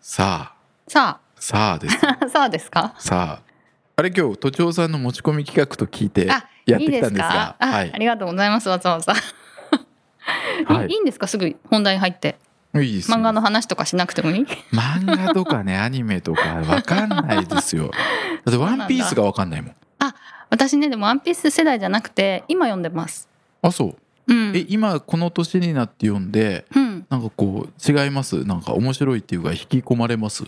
ささあさあです あそうですかさああれ今日都庁さんの持ち込み企画と聞いてあやってきたいいんですがですかあ、はあいりがとうございますわざわざ、、はいいいんですかすぐ本題入っていいですよ漫画の話とかしなくてもいい漫画とかねアニメとかわかんないで すよだってワンピースがわかんないもん私ねでもワンピース世代じゃなくて今読んでますあそううんえ今この年になって読んでうん、なんかこう違いますなんか面白いっていうか引き込まれます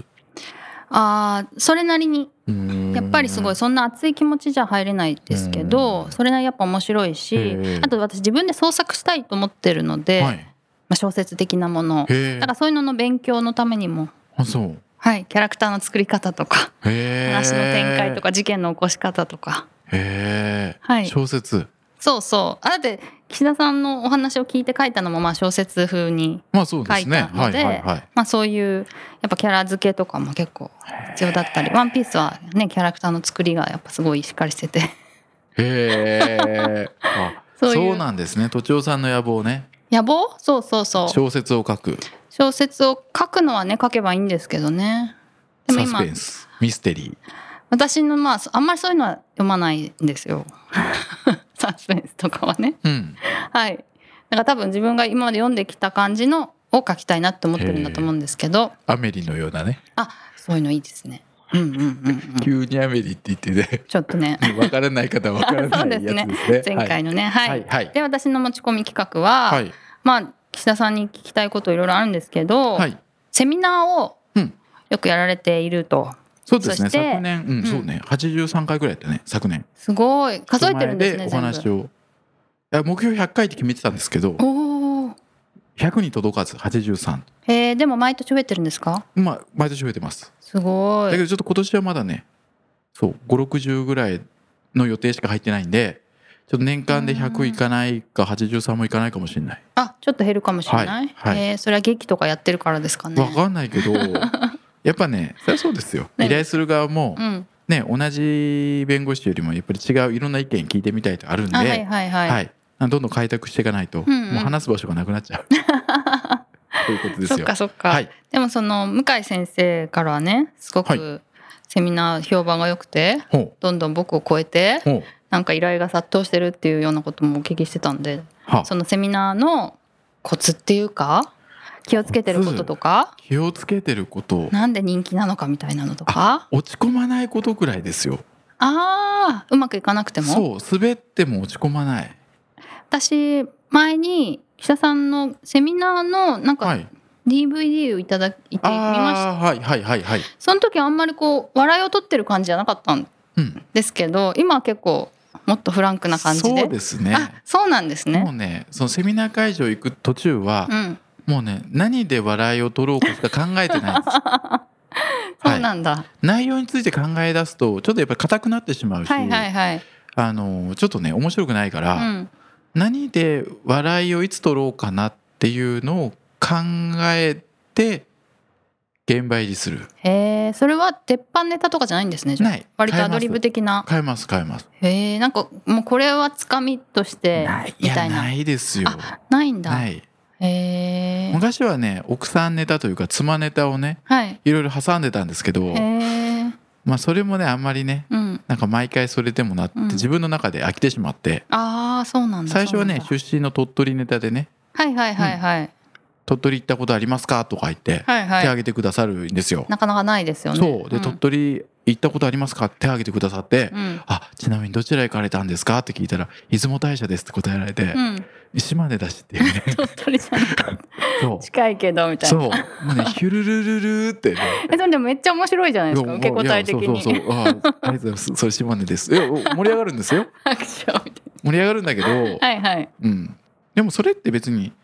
あーそれなりにうーんやっぱりすごいそんな熱い気持ちじゃ入れないですけうどんそれなりにやっぱ面白いへしーあと私自分で創作したいと思ってるので、はいまあ、小説的なものへえだからそういうのの勉強のためにも、あそうはい、キャラクターの作り方とかへえ話の展開とか事件の起こし方とかへえ、はい小説そうそうあだって岸田さんのお話を聞いて書いたのもまあ小説風に、まあそうですね書いたのではいはいはいまあ、そういうやっぱキャラ付けとかも結構必要だったり「ワンピースはねキャラクターの作りがやっぱすごいしっかりしててへえ。あそういうそうなんですね。とちおさんの 野望ね。野望そうそうそう小説を書く。小説を書くのはね書けばいいんですけどねでもサス今ペンス。ミステリ私のまああんまりそういうのは読まないんです よサスペンスとかはねー。うん。はい。だから多分自分が今まで読んできた感じのを書きたいなって思ってるんだと思うんですけど、アメリのようなね。あ、そういうのいいですね。うんうんうんうん。急にアメリって 言ってね。ちょっとね。わからない方は わから そうなでいすねやつですね。前回のね、は。はいい。はい。はい。で私の持ち込み企画は、はい。まあ岸田さんに聞きたいこといろいろあるんですけど、はい。セミナーをうんよくやられていると。そうですね。そして昨年、うん、んそうね。83回ぐらいだったね。昨年。すごい数えてるんですね人前でお全話部。を。いや目標100回って決めてたんですけど、おお。 100に届かず83。えー、でも毎年増えてるんですか？まあ毎年増えてます。すごだけい。どちょっと今年はまだねそう560ぐらいの予定しか入ってないんでちょっと年間で100いかないか83もいかないかもしれないあ、ちょっと減るかもしれない。はいはいえーそれは劇とかやってるからですかね。分かんないけ どやっぱねそりゃそうですよね依頼する側もうん。ね同じ弁護士よりもやっぱり違ういろんな意見聞いてみたいとあるんであ、ははいい、はいはい。どんどん開拓していかないと、んうんもう話す場所がなくな っちゃうということでそすよっかそっか、はいでもその向井先生からはねすごはくセミナー評判が良くてほどんどん僕を超えてうほうなんか依頼が殺到してるっていうようなこともお聞きしてたんではそのセミナーのコツっていうか気をつけてることとか気をつけてることなんで人気なのかみたいなのとか落ち込まないことくらいですよあーうまくいかなくてもそう滑っても落ち込まない私前に記者さんのセミナーのなんはかい DVD をいただいてみました、あーはいはいはいはい。その時あんまりこう笑いを取ってる感じじゃなかったんうん。ですけど今は結構もっとフランクな感じでそうですね。あそうなんですねもうね、そのセミナー会場行く途中はう、んもうね、何で笑いを取ろうかしか考えてな いです。そうなんだ、内容について考え出すと、ちょっとやっぱり硬くなってしまうし、はい、はいはいあのちょっとね面白くないかうら、ん何で笑いをいつ取ろうかなっていうのを考えて現場入りする。へえそれは鉄板ネタとかじゃないんですねじゃあない割とアドリブ的な変えます変えます。へえんかもうこれはつかみとしてないいみたやいなないですよ。ないんだない。へえ昔はね奥さんネタというか妻ネタをねはいいろいろ挟んでたんですけどへ、えまあ、それもねあんまりねうんなんか毎回それでもなってうん自分の中で飽きてしまって、ああそうなんだ最初はそうねなんだ出身の鳥取ネタでねはいはいはいはい、 「鳥取行ったことありますか?」とか言ってはい手は挙いげてくださるんですよ。なかなかないですよねそうで、ん鳥取行ったことありますか?」手挙げてくださって「うんあちなみにどちら行かれたんですか?」って聞いたら「出雲大社です」って答えられてうん、うん、 「島根だし」っていうね 鳥取じゃなくてそう近いけどみたいそなうもうね「ヒュルルルル」ってね。えそれでもめっちゃ面白いじゃないですか受け答え的いや そうそうにそうああありがとうござい ますそれ島根ですいやお盛り上がるんですよ拍手をみたい盛り上がるんだけど、なはいはいうん、でもそれって別に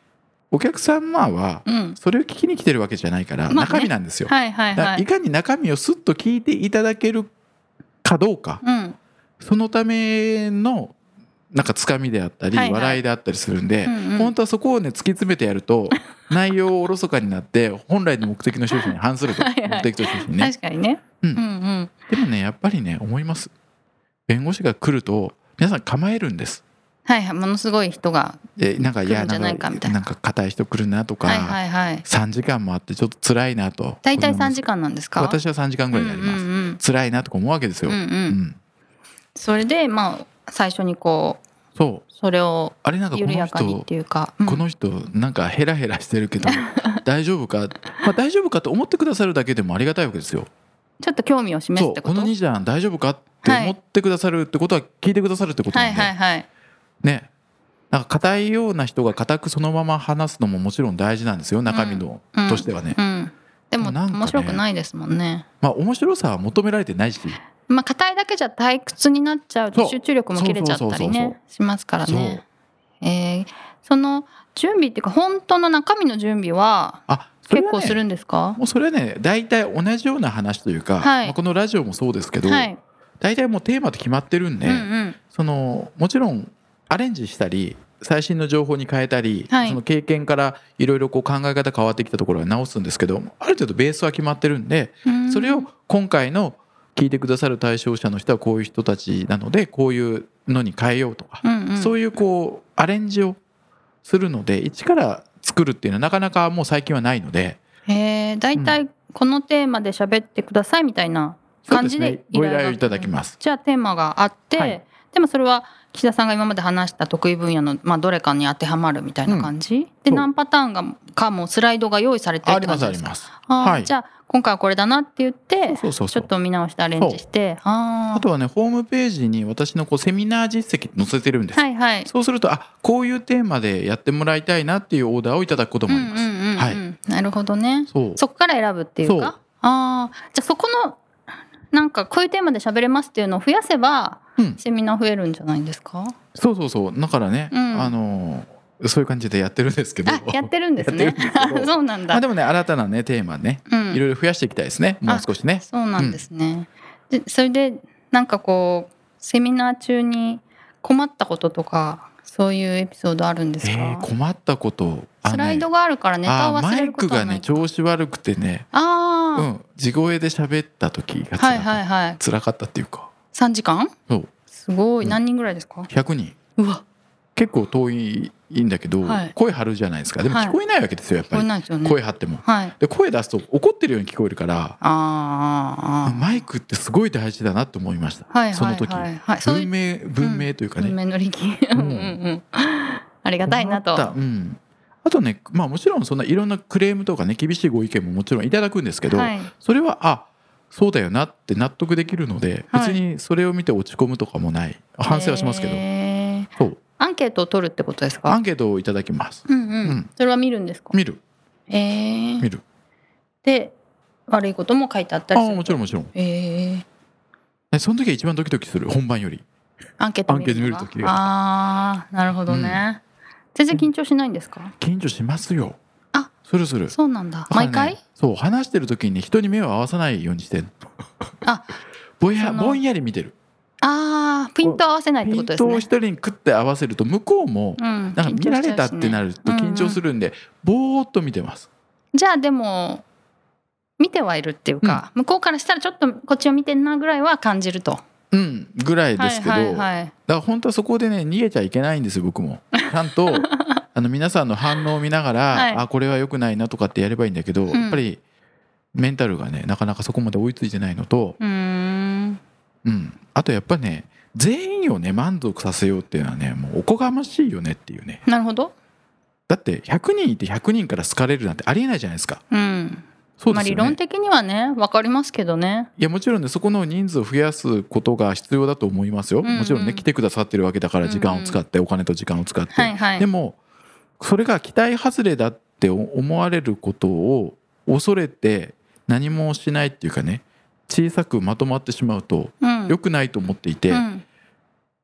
お客様はうんそれを聞きに来てるわけじゃないから、まあね中身なんですよ、はいはいだかはらいいかに中身をスッと聞いていただけるかどうかうんそのためのなんかつかみであったり、はいはい笑いであったりするんで、うんうん本当はそこをね突き詰めてや ると内容をおろそかになって本来の目的の趣旨に反するとはいはい目的と趣旨にね確かにねううんんうんでもねやっぱりね思います弁護士が来ると皆さん構えるんですはいはいものすごい人がえなんかい来やるんじゃないかみたいなんか硬い人来るなとか、はいはいはい3時間もあってちょっと辛いなと大体こんな3もん時間なんですか私は3時間ぐらいやりまうす、んうん辛いなとか思うわけですうよ、んうんううんんそれでまあ最初にこうそうそれをあれなんかこ緩のやかにっ人ていうか、うんこの人なんかヘラヘラして るけど大丈夫か、まあ、大丈夫かと思ってくださるだけでもありがたいわけですよ。ちょっと興味を示すそっうてこことの2段大丈夫かって思ってくださるってことは聞いてくださるってことはないんで、はいはいねなんか硬いような人が硬くそのまま話すのももちろん大事なんですよ中身の、うんとしてはね、うんでもでもなんかね面白くないですもんねまあ面白さは求められてないし、まあ硬いだけじゃ退屈になっちゃうそとう集中力も切れちゃったりそうそうそうそうねしますからねえーその準備っていうか本当の中身の準備はあそれ結はね構するんですかもうそれはね大体同じような話というか、はいまあ、このラジオもそうですけど、はい、大体もうテーマって決まってるんで、うんうんそのもちろんアレンジしたり最新の情報に変えたり、はいその経験からいろいろこう考え方変わってきたところは直すんですけどある程度ベースは決まってるんでうんそれを今回の聞いてくださる対象者の人はこういう人たちなのでこういうのに変えようとか、うんうんそういうこうアレンジをするので一から作るっていうのはなかなかもう最近はないのでへえ大体このテーマで喋ってくださいみたいな感じそうでですねご依頼をがいただきます。じゃあテーマがあって、はいでもそれは岸田さんが今まで話した得意分野の、まあ、どれかに当てはまるみたいな感じ、でそう何パターンがかもスライドが用意されてるあって感りまじですありすかます。あーはいじゃあ今回はこれだなって言ってそうそうちそょうっと見直してアレンジしてああとはねホームページに私のこうセミナー実績載せてるんであす、はいはいそうするとあこういうテーマでやってもらいたいなっていうオーダーをいただくことうもんあうんりまうす、んうん、はいなるほどねそうそこから選ぶっていうそうかああじゃあそこのなんかこういうテーマで喋れますっていうのを増やせばうんセミナー増えるんじゃないんですか、 そうそうそうだからね、うんあのーそういう感じでやってるんですけどあや ってるんですやっねてるんですけどそうなんまあだ、でもね新たなねテーマねうんいろいろ増やしていきたいですねもう少しねそうなんですね。でそれでなんかこうセミナー中に困ったこととかそういうエピソードあるんですえか、ー困ったことあスのねライドがあるからネタをあ忘ーマれイるこクとはがないね調子悪くてねあうあ、ん地声で喋った時が辛かっはいた,、はいはい辛かったっていうか3時間そうすごういん何人ぐらいですか、 100人うわ結構遠いんだけど、はい声張るじゃないですかでもはい聞こえないわけですよやっこぱれり、ないですよね声張ってもはいで声出すと怒ってるように聞こえるかあーらあーあマイクってすごい大事だなって思いました、ーはいそはのい時はいはいそういう文明文明というかね、文明の利器 うんうんうんありがたいなと困ったうん、あとねまあもちろんそんないろんなクレームとかね厳しいご意見ももちろんいただくんですけど、はいそれはあそうだよなって納得できるので、はい別にそれを見て落ち込むとかもない反省はしますけど、へーそうアンケートを取るってことですかアンケートをいただきますうんうん、うんそれは見るんですか見るええ見るで悪いことも書いてあったありすあるもちろんもちろんええねその時は一番ドキドキする本番よりアンケート見るのアンケート見る時がああなるほどね、全然緊張しないんですか緊張しますよあするするそうなんだだからね毎回そう話してる時に人に目を合わさないようにしてんのあぼやそのぼんやり見てるああピント合わせないってピこンとですトをね一人にクッて合わせると向こうも、うんなんか見られたってなるると緊張するんで、ぼーっと見てます。じゃあでも見てはいるっていうか、向こうからしたらちょっとこっちを見てんなぐらいは感じるとうん、ぐらいですけど、はいだかはいはいら本当はそこでね逃げちゃいけないんですよ僕も。ちゃん とあの皆さんの反応を見ながら、はいあこれは良くないなとかってやればいいんだけど、んやっぱりメンタルがねなかなかそこまで追いついてないのと、うーんうん、あとやっぱね全員をね満足させようっていうのはねもうおこがましいよねっていうねなるほどだって100人いて100人から好かれるなんてありえないじゃないですかうんそうまあです理よね、論的にはねわかりますけどねいやもちろんねそこの人数を増やすことが必要だと思いますよ、んうんもちろんね来てくださってるわけだから時間を使って、お金と時間を使って、はいはいでもそれが期待外れだって思われることを恐れて何もしないっていうかね小さくまとまってしまうとうん良くないと思っていて、うん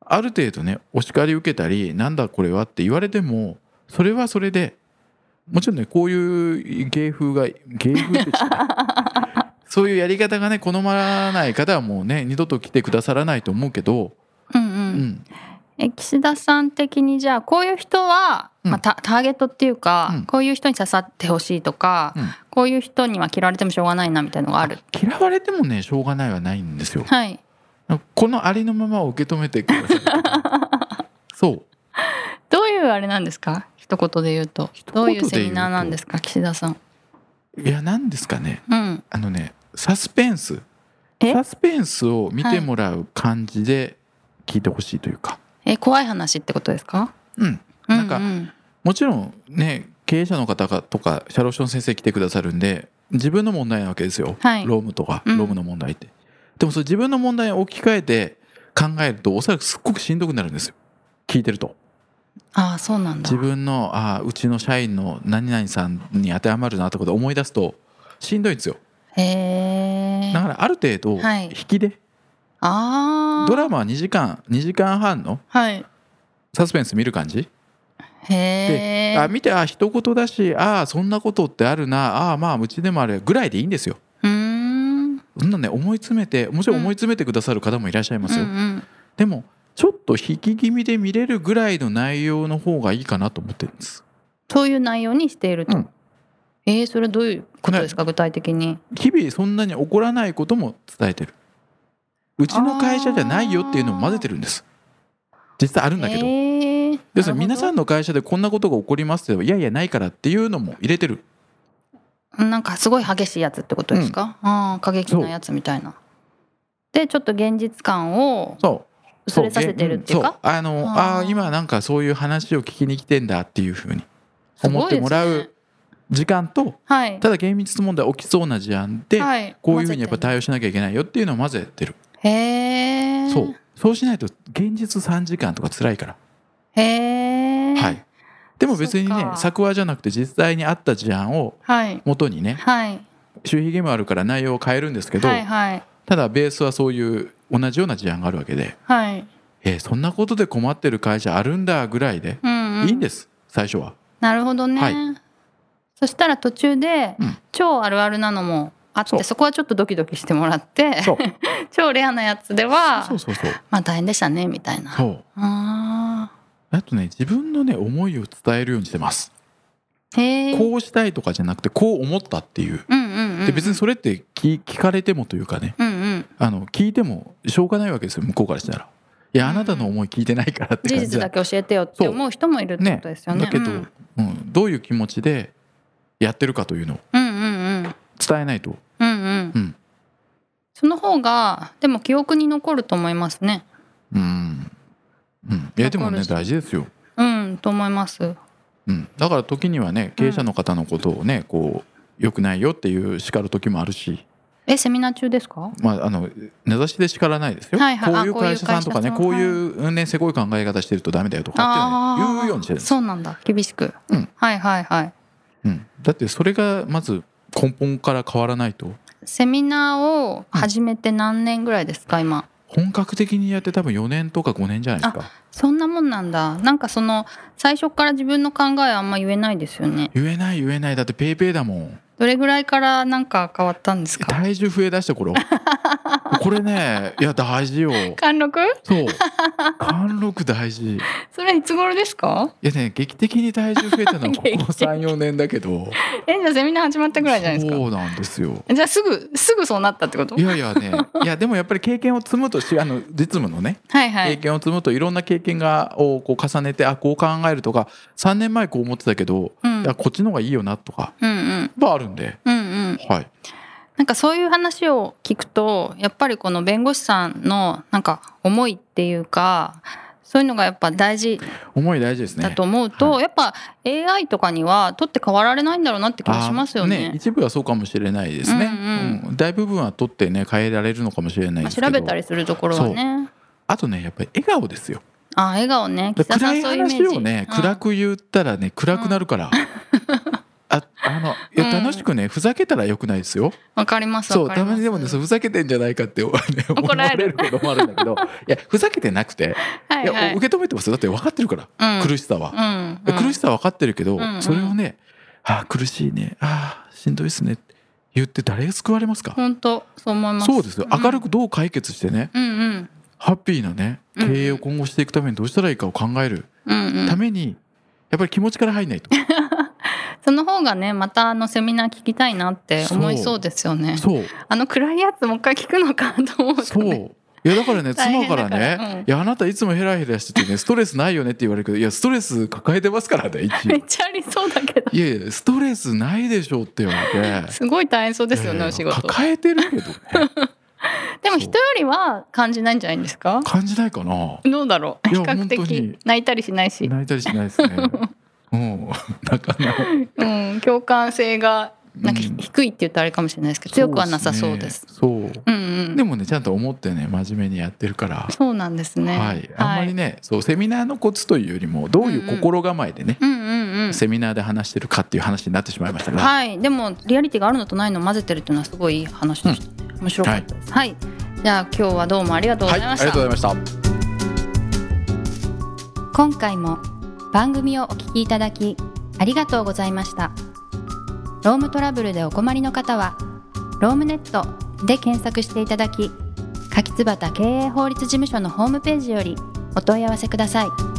ある程度ねお叱り受けたりなんだこれはって言われてもそれはそれでもちろんねこういう芸風が芸風ってちょっとそういうやり方がね好まない方はもうね二度と来てくださらないと思うけど、うんう。うんん、え岸田さん的にじゃあこういう人は、うんまあ、タターゲットっていうか、うんこういう人に刺さってほしいとか、うんこういう人には嫌われてもしょうがないなみたいなのがある。嫌われてもねしょうがないはないんですよ。はい。このありのままを受け止めてください。そうどういうあれなんですか一言で言うと。どういう一言でセ言うとミナーなんですか岸田さん。いや何ですかねうん。あのねサスペンスえサスペンスを見てもらう感じで聞いてほしいというか、え、怖い話ってことですかうん、なんかううんもちろんね経営者の方がとか社労士の先生来てくださるんで自分の問題なわけですよ、はいロームとかうロんームの問題って、でもそれ自分の問題に置き換えて考えるとおそらくすっごくしんどくなるんですよ聞いてるとああ、そうなんだ自。分のあーうちの社員の何々さんに当てはまるなってことを思い出すとしんどいんですよへえだ。からある程度はい引きで、ああ。ドラマは2時間2時間半のはい。サスペンス見る感じへえ。あ見てあ一言だしあーそんなことってあるなあーまあうちでもあれぐらいでいいんですようーん。そんなね思い詰めてもちろん思い詰めてくださる方もいらっしゃいますよ、うんうんでもちょっと引き気味で見れるぐらいの内容の方がいいかなと思ってるんですそういう内容にしていると。うんえー、それどういうことですか、具体的に。日々そんなに怒らないことも伝えてるうちの会社じゃないよっていうのも混ぜてるんです実際あるんだけど、えー、要するに皆さんなるの会社でこんなことが起こりますって言えばいやいやないからっていうのも入れてるほどなんかすごい激しいやつってことですか、ああ過激なやつみたいな。でちょっと現実感をそう薄れさせてるっていうそかうあのああーー今なんかそういう話を聞きに来てんだっていうふうに思ってもらすごいでう時間と、すねはいただ厳密問題起きそうな事案で、はい、こういうふうにやっぱ混ぜ対応しなきゃいけないよっていうのを混ぜてる、てへえそうそうしないと現実3時間とか辛いから、へえはいでも別にそっねか作話じゃなくて実際にあった事案をはい元にねはい周費義務あるから内容を変えるんですけど、はいはいただベースはそういう同じような事案があるわけで、はいえーそんなことで困ってる会社あるんだぐらいで、うん、うん、いいんです最初は。なるほどね、はいそしたら途中で、うん超あるあるなのもあってそそうこはちょっとドキドキしてもらってそう 超レアなやつではそうそうそうまあ大変でしたねみたいな。そうああとね自分のね思いを伝えるようにしてますーへえ。こうしたいとかじゃなくてこう思ったっていううんうんうん。で別にそれって聞聞かれてもというかねうんうん。あの聞いてもしょうがないわけですよ向こうからしたらいやあなたの思い聞いてないからって事感じ実だだけ教えてよって思う人もいるってことですよね。だけど、ううんん、どういう気持ちでやってるかというのをうんうん伝えないとうんうんううんん。その方がでも記憶に残ると思いますね。うん、うん、いやでもねわか大事ですよ、うんと思います。うん、だから時にはね経営者の方のことをねこう良くないよっていう叱る時もあるしえセミナー中ですか？まあ、あの名指しで叱らないですよ、はいはいこあういう会社さんとかねここうういいうう、ね、せこい考え方してるとダメだよとかあっあていうーのをね言うようにしてるんです、そうなんだ厳しく。うんはいはいはい。うん、だってそれがまず根本から変わらないとセミナーを始めて何年ぐらいですか今？本格的にやって多分4年とか5年じゃないですかそんなもんなんだ。なんかその最初から自分の考えはあんま言えないですよね。言えない言えないだってペイペイだもんどれぐらいからなんか変わったんですか？体重増えだし た頃これねいや大事よ貫禄？そう貫禄大事いそれいつ頃ですか？やね劇的に体重増えたのはこ こ劇的34年だけどえじゃあセミナー始まったぐらいじゃないですか。そうなんですよじゃあすぐすぐそうなったってこと？いやいやねいやでもやっぱり経験を積むとしあの実務のねはいは経い。験を積むといろんな経験がをこう重ねてあこう考えるとか3年前こう思ってたけど、うんいやこっちの方がいいよなとかうんうんやっぱあるんで、うんうん。はい、なんかそういう話を聞くとやっぱりこの弁護士さんのなんか思いっていうか。そういうのがやっぱ大事思い大事ですね。だと思うと、はやっぱ AI とかには取って変わられないんだろうなって気があしますよね。一部はそうかもしれないですね。うんうんうん大部分は取ってね変えられるのかもしれないまであ、すけ調べど、たりするところはね。あとねやっぱり笑顔ですよ。あ笑顔ね。岸田さ暗んいそういうイメー話ジ。をね、うん暗く言ったらね暗くなるから。ああのいやうん楽しくね、ふざけたらよくないですよ。わかります。そうわかりたまますにでもねそうふざけてんじゃないかって、ね、思怒わられれるることもあるんだけどいやふざけてなくてはいいや、はい。受け止めてますよだって分かってるから、うん苦しさは、うん、苦しさ。さは分かってるけど、うんうんそれをねああ苦しいねああしんどいですねって言って誰が救われますか本当そう思いますそうですよ明るく、くどう解決してね、うん、うんハッピーなねうん経営を今後していくためにどうしたらいいかを考えるうんうんためにやっぱり気持ちから入んないとその方がねまたあのセミナー聞きたいなって思いそうですよね そうあの暗いやつもう一回聞くのかと思うとそうねいやだからね大妻変かだかららねうんいやあなたいつもヘラヘラしててねストレスないよね」って言われるけどいやストレス抱えてますからね一め応っちゃありそうだけどいやいやストレスないでしょって言われてすごい大 変そうですよいね、やいやお仕事抱えてるけどねでも人よりは感じないんじゃないんですか感じないかなどうだろうい比や較本当に的泣いたりしないし、泣いたりしない ですねうんなかなかうん、共感性がなんかうん低いって言ったらあれかもしれないですけど強くはなさそうですそうですねうんうそんうでもねちゃんと思ってね真面目にやってるからそうなんですねはい、あんまりね、そうセミナーのコツというよりもどういう心構えでね、うんうんうんセミナーで話してるかっていう話になってしまいましたが、はい、でもリアリティがあるのとないのを混ぜてるっていうのはすごいいい話でした、面白かったですはい、じゃあ今日はどうもありがとうごはざいいあまりした、がとうございました。今回も番組をお聞きいただきありがとうございましたロームトラブルでお困りの方は「ロームネット」で検索していただき柿椿経営法律事務所のホームページよりお問い合わせください